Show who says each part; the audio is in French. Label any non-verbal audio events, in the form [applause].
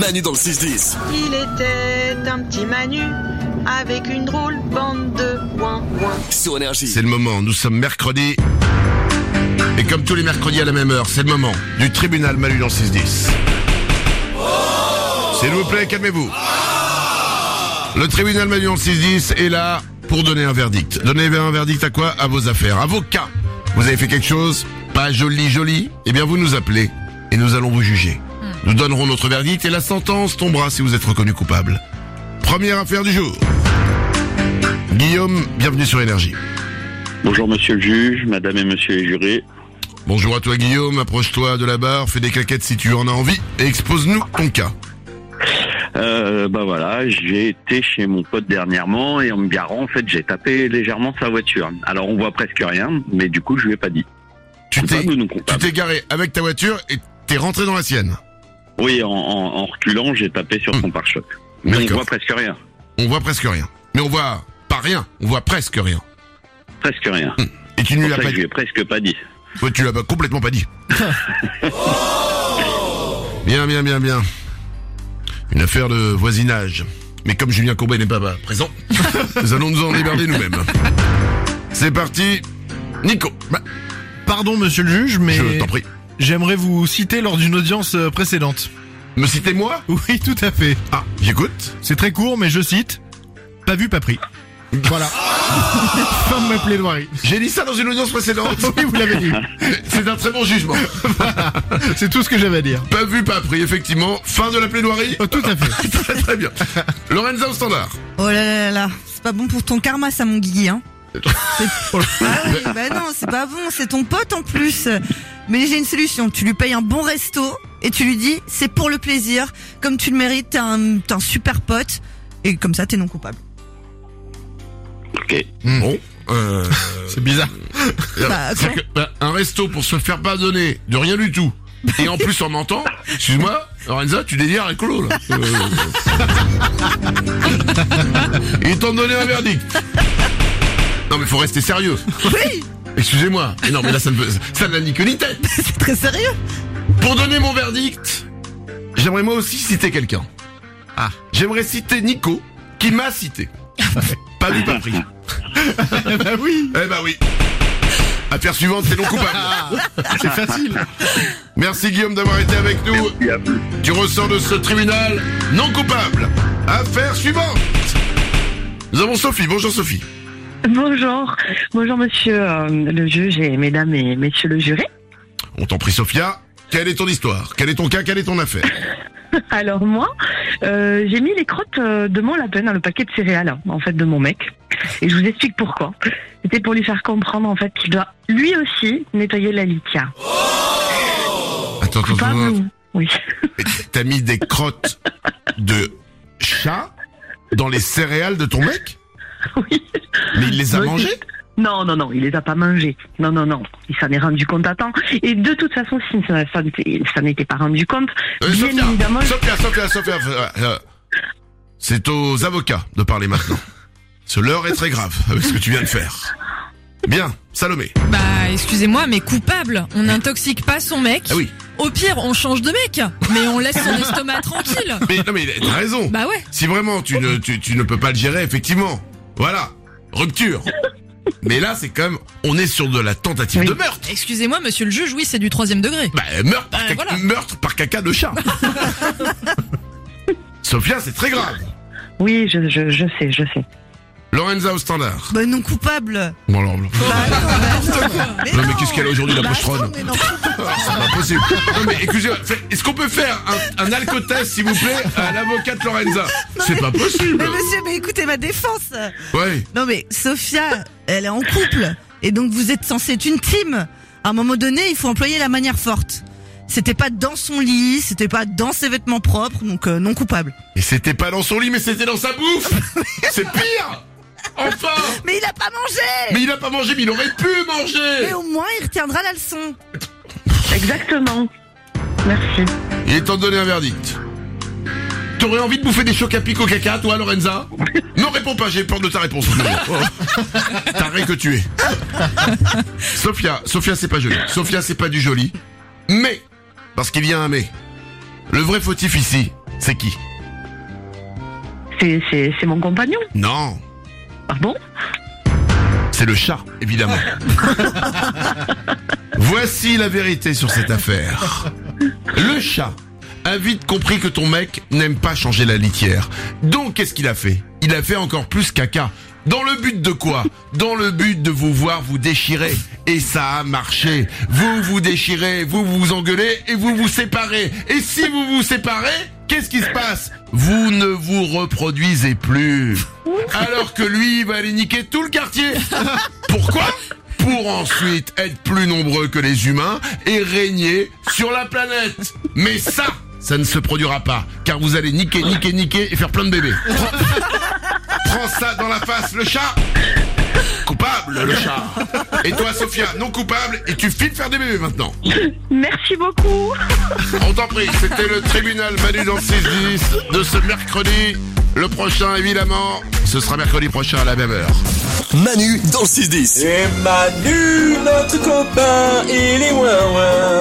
Speaker 1: Manu dans le 6-10.
Speaker 2: Il était un petit Manu avec une drôle bande de ouin ouin.
Speaker 1: Sur Énergie.
Speaker 3: C'est le moment, nous sommes mercredi. Et comme tous les mercredis à la même heure, c'est le moment du tribunal Malu dans 610. S'il vous plaît, calmez-vous. Le tribunal Malu dans 610 est là pour donner un verdict. Donner un verdict à quoi À vos affaires, à vos cas. Vous avez fait quelque chose Pas joli, joli Eh bien, vous nous appelez et nous allons vous juger. Nous donnerons notre verdict et la sentence tombera si vous êtes reconnu coupable. Première affaire du jour. Guillaume, bienvenue sur Énergie.
Speaker 4: Bonjour monsieur le juge, madame et monsieur les jurés.
Speaker 3: Bonjour à toi Guillaume, approche-toi de la barre, fais des claquettes si tu en as envie et expose-nous ton cas.
Speaker 4: Euh, bah voilà, j'ai été chez mon pote dernièrement et en me garant, en fait, j'ai tapé légèrement sa voiture. Alors on voit presque rien, mais du coup je lui ai pas dit.
Speaker 3: Tu
Speaker 4: Pas
Speaker 3: t'es,
Speaker 4: de nous
Speaker 3: tu
Speaker 4: comptable.
Speaker 3: t'es garé avec ta voiture et t'es rentré dans la sienne.
Speaker 4: Oui, en, en- en reculant, j'ai tapé sur son pare-choc. Mais on
Speaker 3: D'accord.
Speaker 4: voit presque rien,
Speaker 3: On voit presque rien. Mais on voit pas rien, on voit presque rien.
Speaker 4: presque rien.
Speaker 3: Et tu
Speaker 4: C'est
Speaker 3: ne
Speaker 4: pour
Speaker 3: l'as
Speaker 4: ça
Speaker 3: pas
Speaker 4: que je lui
Speaker 3: dit.
Speaker 4: ai presque pas dit.
Speaker 3: Ouais, tu l'as pas- complètement
Speaker 4: [laughs]
Speaker 3: pas dit. bien, bien, bien, bien. Une affaire de voisinage. Mais comme Julien Courbet n'est pas bah,
Speaker 4: [laughs]
Speaker 3: présent, nous allons nous en démerder nous-mêmes. C'est parti. Nico, bah,
Speaker 5: Pardon, monsieur le juge,
Speaker 3: je
Speaker 5: mais
Speaker 3: t'en prie.
Speaker 5: j'aimerais vous citer lors d'une audience euh, précédente. [laughs]
Speaker 3: Me citez-moi
Speaker 5: Oui, tout à fait.
Speaker 3: Ah, j'écoute.
Speaker 5: C'est très court, mais je cite Pas vu, pas pris. Voilà. fin de ma plaidoirie. [laughs]
Speaker 3: J'ai dit ça dans une audience précédente.
Speaker 5: Oui, vous l'avez dit.
Speaker 3: C'est un très bon jugement.
Speaker 5: C'est tout ce que j'avais à dire.
Speaker 3: Pas vu, pas pris, effectivement. Fin de la plaidoirie.
Speaker 5: Oh, tout à fait.
Speaker 3: [laughs] très très bien. Lorenza au standard.
Speaker 6: Oh là là là là, c'est pas bon pour ton karma ça mon Guigui hein. C'est- Ah oui, bah non, c'est pas bon, c'est ton pote en plus. Mais j'ai une solution, tu lui payes un bon resto et tu lui dis c'est pour le plaisir, comme tu le mérites, t'es un, t'es un super pote et comme ça t'es non coupable.
Speaker 4: Ok.
Speaker 5: Hmm.
Speaker 3: Bon. euh,
Speaker 5: C'est bizarre.
Speaker 6: Bah,
Speaker 3: c'est-à-dire que, bah, un resto pour se faire pas donner de rien du tout. Et en plus en mentant, excuse-moi, Lorenza, tu délires à colo là. Euh, Ils t'ont donné un verdict. Non mais faut rester sérieux.
Speaker 6: Oui,
Speaker 3: Excusez-moi. Mais Non mais là ça ne peut, ça n'a ni queue ni tête.
Speaker 6: c'est très sérieux.
Speaker 3: Pour donner mon verdict, j'aimerais moi aussi citer quelqu'un. Ah, j'aimerais citer Nico, qui m'a
Speaker 5: [laughs]
Speaker 3: cité. pas vu, pas pris.
Speaker 5: bah oui,
Speaker 3: [laughs] Eh bah oui. Affaire suivante, c'est non coupable.
Speaker 5: [laughs] c'est facile.
Speaker 3: Merci Guillaume d'avoir été avec nous.
Speaker 4: Et à vous.
Speaker 3: Tu ressors de ce tribunal non coupable. Affaire suivante. Nous avons Sophie. Bonjour Sophie.
Speaker 7: Bonjour, bonjour monsieur euh, le juge et mesdames et messieurs le juré.
Speaker 3: On t'en prie Sophia. Quelle est ton histoire Quel est ton cas Quelle est ton affaire
Speaker 7: [laughs] Alors moi, euh, j'ai mis les crottes euh, de mon lapin dans le paquet de céréales, en fait, de mon mec. Et je vous explique pourquoi. C'était pour lui faire comprendre, en fait, qu'il doit lui aussi nettoyer la litière.
Speaker 3: Attends, attends,
Speaker 7: Pas
Speaker 3: attends.
Speaker 7: vous. Oui. [laughs]
Speaker 3: T'as mis des crottes de chat dans les céréales de ton mec
Speaker 7: Oui.
Speaker 3: Mais il les a
Speaker 7: Moi,
Speaker 3: mangées
Speaker 7: Non, non, non, il les a pas mangés. Non, non, non, il s'en est rendu compte à temps. Et de toute façon, si ça, ça n'était- ça n'était pas rendu compte,
Speaker 3: Euh,
Speaker 7: bien
Speaker 3: Sophia,
Speaker 7: évidemment,
Speaker 3: Sophia, Sophia, Sophia, euh, euh, c'est aux avocats de parler maintenant. Ce leurre est très grave avec ce que tu viens de faire. Bien, Salomé.
Speaker 8: Bah, excusez-moi, mais coupable. On n'intoxique pas son mec.
Speaker 3: Ah oui.
Speaker 8: Au pire, on change de mec, mais on laisse
Speaker 3: [laughs]
Speaker 8: son estomac tranquille.
Speaker 3: Mais non, mais t'as raison.
Speaker 8: Bah ouais.
Speaker 3: Si vraiment tu ne, tu, tu ne peux pas le gérer, effectivement. Voilà. Rupture. Mais là, c'est quand même, on est sur de la tentative
Speaker 7: Oui.
Speaker 3: de meurtre.
Speaker 8: Excusez-moi, monsieur le juge, oui, c'est du troisième degré.
Speaker 3: Bah, meurtre par,
Speaker 8: Bah,
Speaker 3: caca,
Speaker 8: voilà.
Speaker 3: meurtre par caca de
Speaker 8: [laughs]
Speaker 3: chat. Sophia, c'est très grave.
Speaker 7: oui, je, je, je sais, je sais.
Speaker 3: Lorenza au standard.
Speaker 6: Bah non coupable.
Speaker 3: Bon, alors,
Speaker 6: Bah, attends, bah, attends.
Speaker 3: Non, mais
Speaker 6: non.
Speaker 3: qu'est-ce qu'elle a aujourd'hui, la
Speaker 6: Bah,
Speaker 3: pochetronne
Speaker 6: attends, mais non.
Speaker 3: Ah, c'est pas possible. Non, mais excusez-moi, fait- est-ce qu'on peut faire un, un alcotest, s'il vous plaît, à l'avocate Lorenza C'est pas possible.
Speaker 6: Mais monsieur, mais écoutez ma défense.
Speaker 3: Ouais.
Speaker 6: Non mais Sophia, elle est en couple et donc vous êtes censé être une team. À un moment donné, il faut employer la manière forte. C'était pas dans son lit, c'était pas dans ses vêtements propres, donc euh, non coupable.
Speaker 3: Et c'était pas dans son lit, mais c'était dans sa bouffe. C'est pire. Enfin.
Speaker 6: Mais il a pas mangé.
Speaker 3: Mais il a pas mangé, mais il aurait pu manger.
Speaker 6: Mais au moins, il retiendra la leçon.
Speaker 7: Exactement. Merci.
Speaker 3: Il est temps de donner un verdict. T'aurais envie de bouffer des chocs à pic au caca, toi, Lorenza Non, réponds pas, j'ai peur de ta réponse. Oh. Taré que tu es. Sophia, Sophia, c'est pas joli. Sophia, c'est pas du joli. Mais, parce qu'il y a un mais, le vrai fautif ici, C'est qui
Speaker 7: C'est- C'est c'est mon compagnon.
Speaker 3: Non,
Speaker 7: Ah bon
Speaker 3: c'est le chat, évidemment. Voici la vérité sur cette affaire. Le chat a vite compris que ton mec n'aime pas changer la litière. Donc qu'est-ce qu'il a fait Il a fait encore plus caca. Dans le but de quoi Dans le but de vous voir vous déchirer. Et ça a marché. Vous vous déchirez, vous vous engueulez et vous vous séparez. Et si vous vous séparez, qu'est-ce qui se passe Vous ne vous reproduisez plus. Alors que lui, il va aller niquer tout le quartier. Pourquoi Pour ensuite être plus nombreux que les humains et régner sur la planète. Mais ça, ça ne se produira pas, car vous allez niquer, niquer, niquer et faire plein de bébés. Prends, prends ça dans la face, le chat Coupable, le chat Et toi, Sophia, non coupable, et tu files faire des bébés maintenant.
Speaker 7: Merci beaucoup.
Speaker 3: On t'en prie, c'était le tribunal Manu dans le 6-10 de ce mercredi. Le prochain, évidemment, ce sera mercredi prochain à la même heure.
Speaker 1: Manu dans le 6-10.
Speaker 9: Et Manu, notre copain, il est ouin ouin.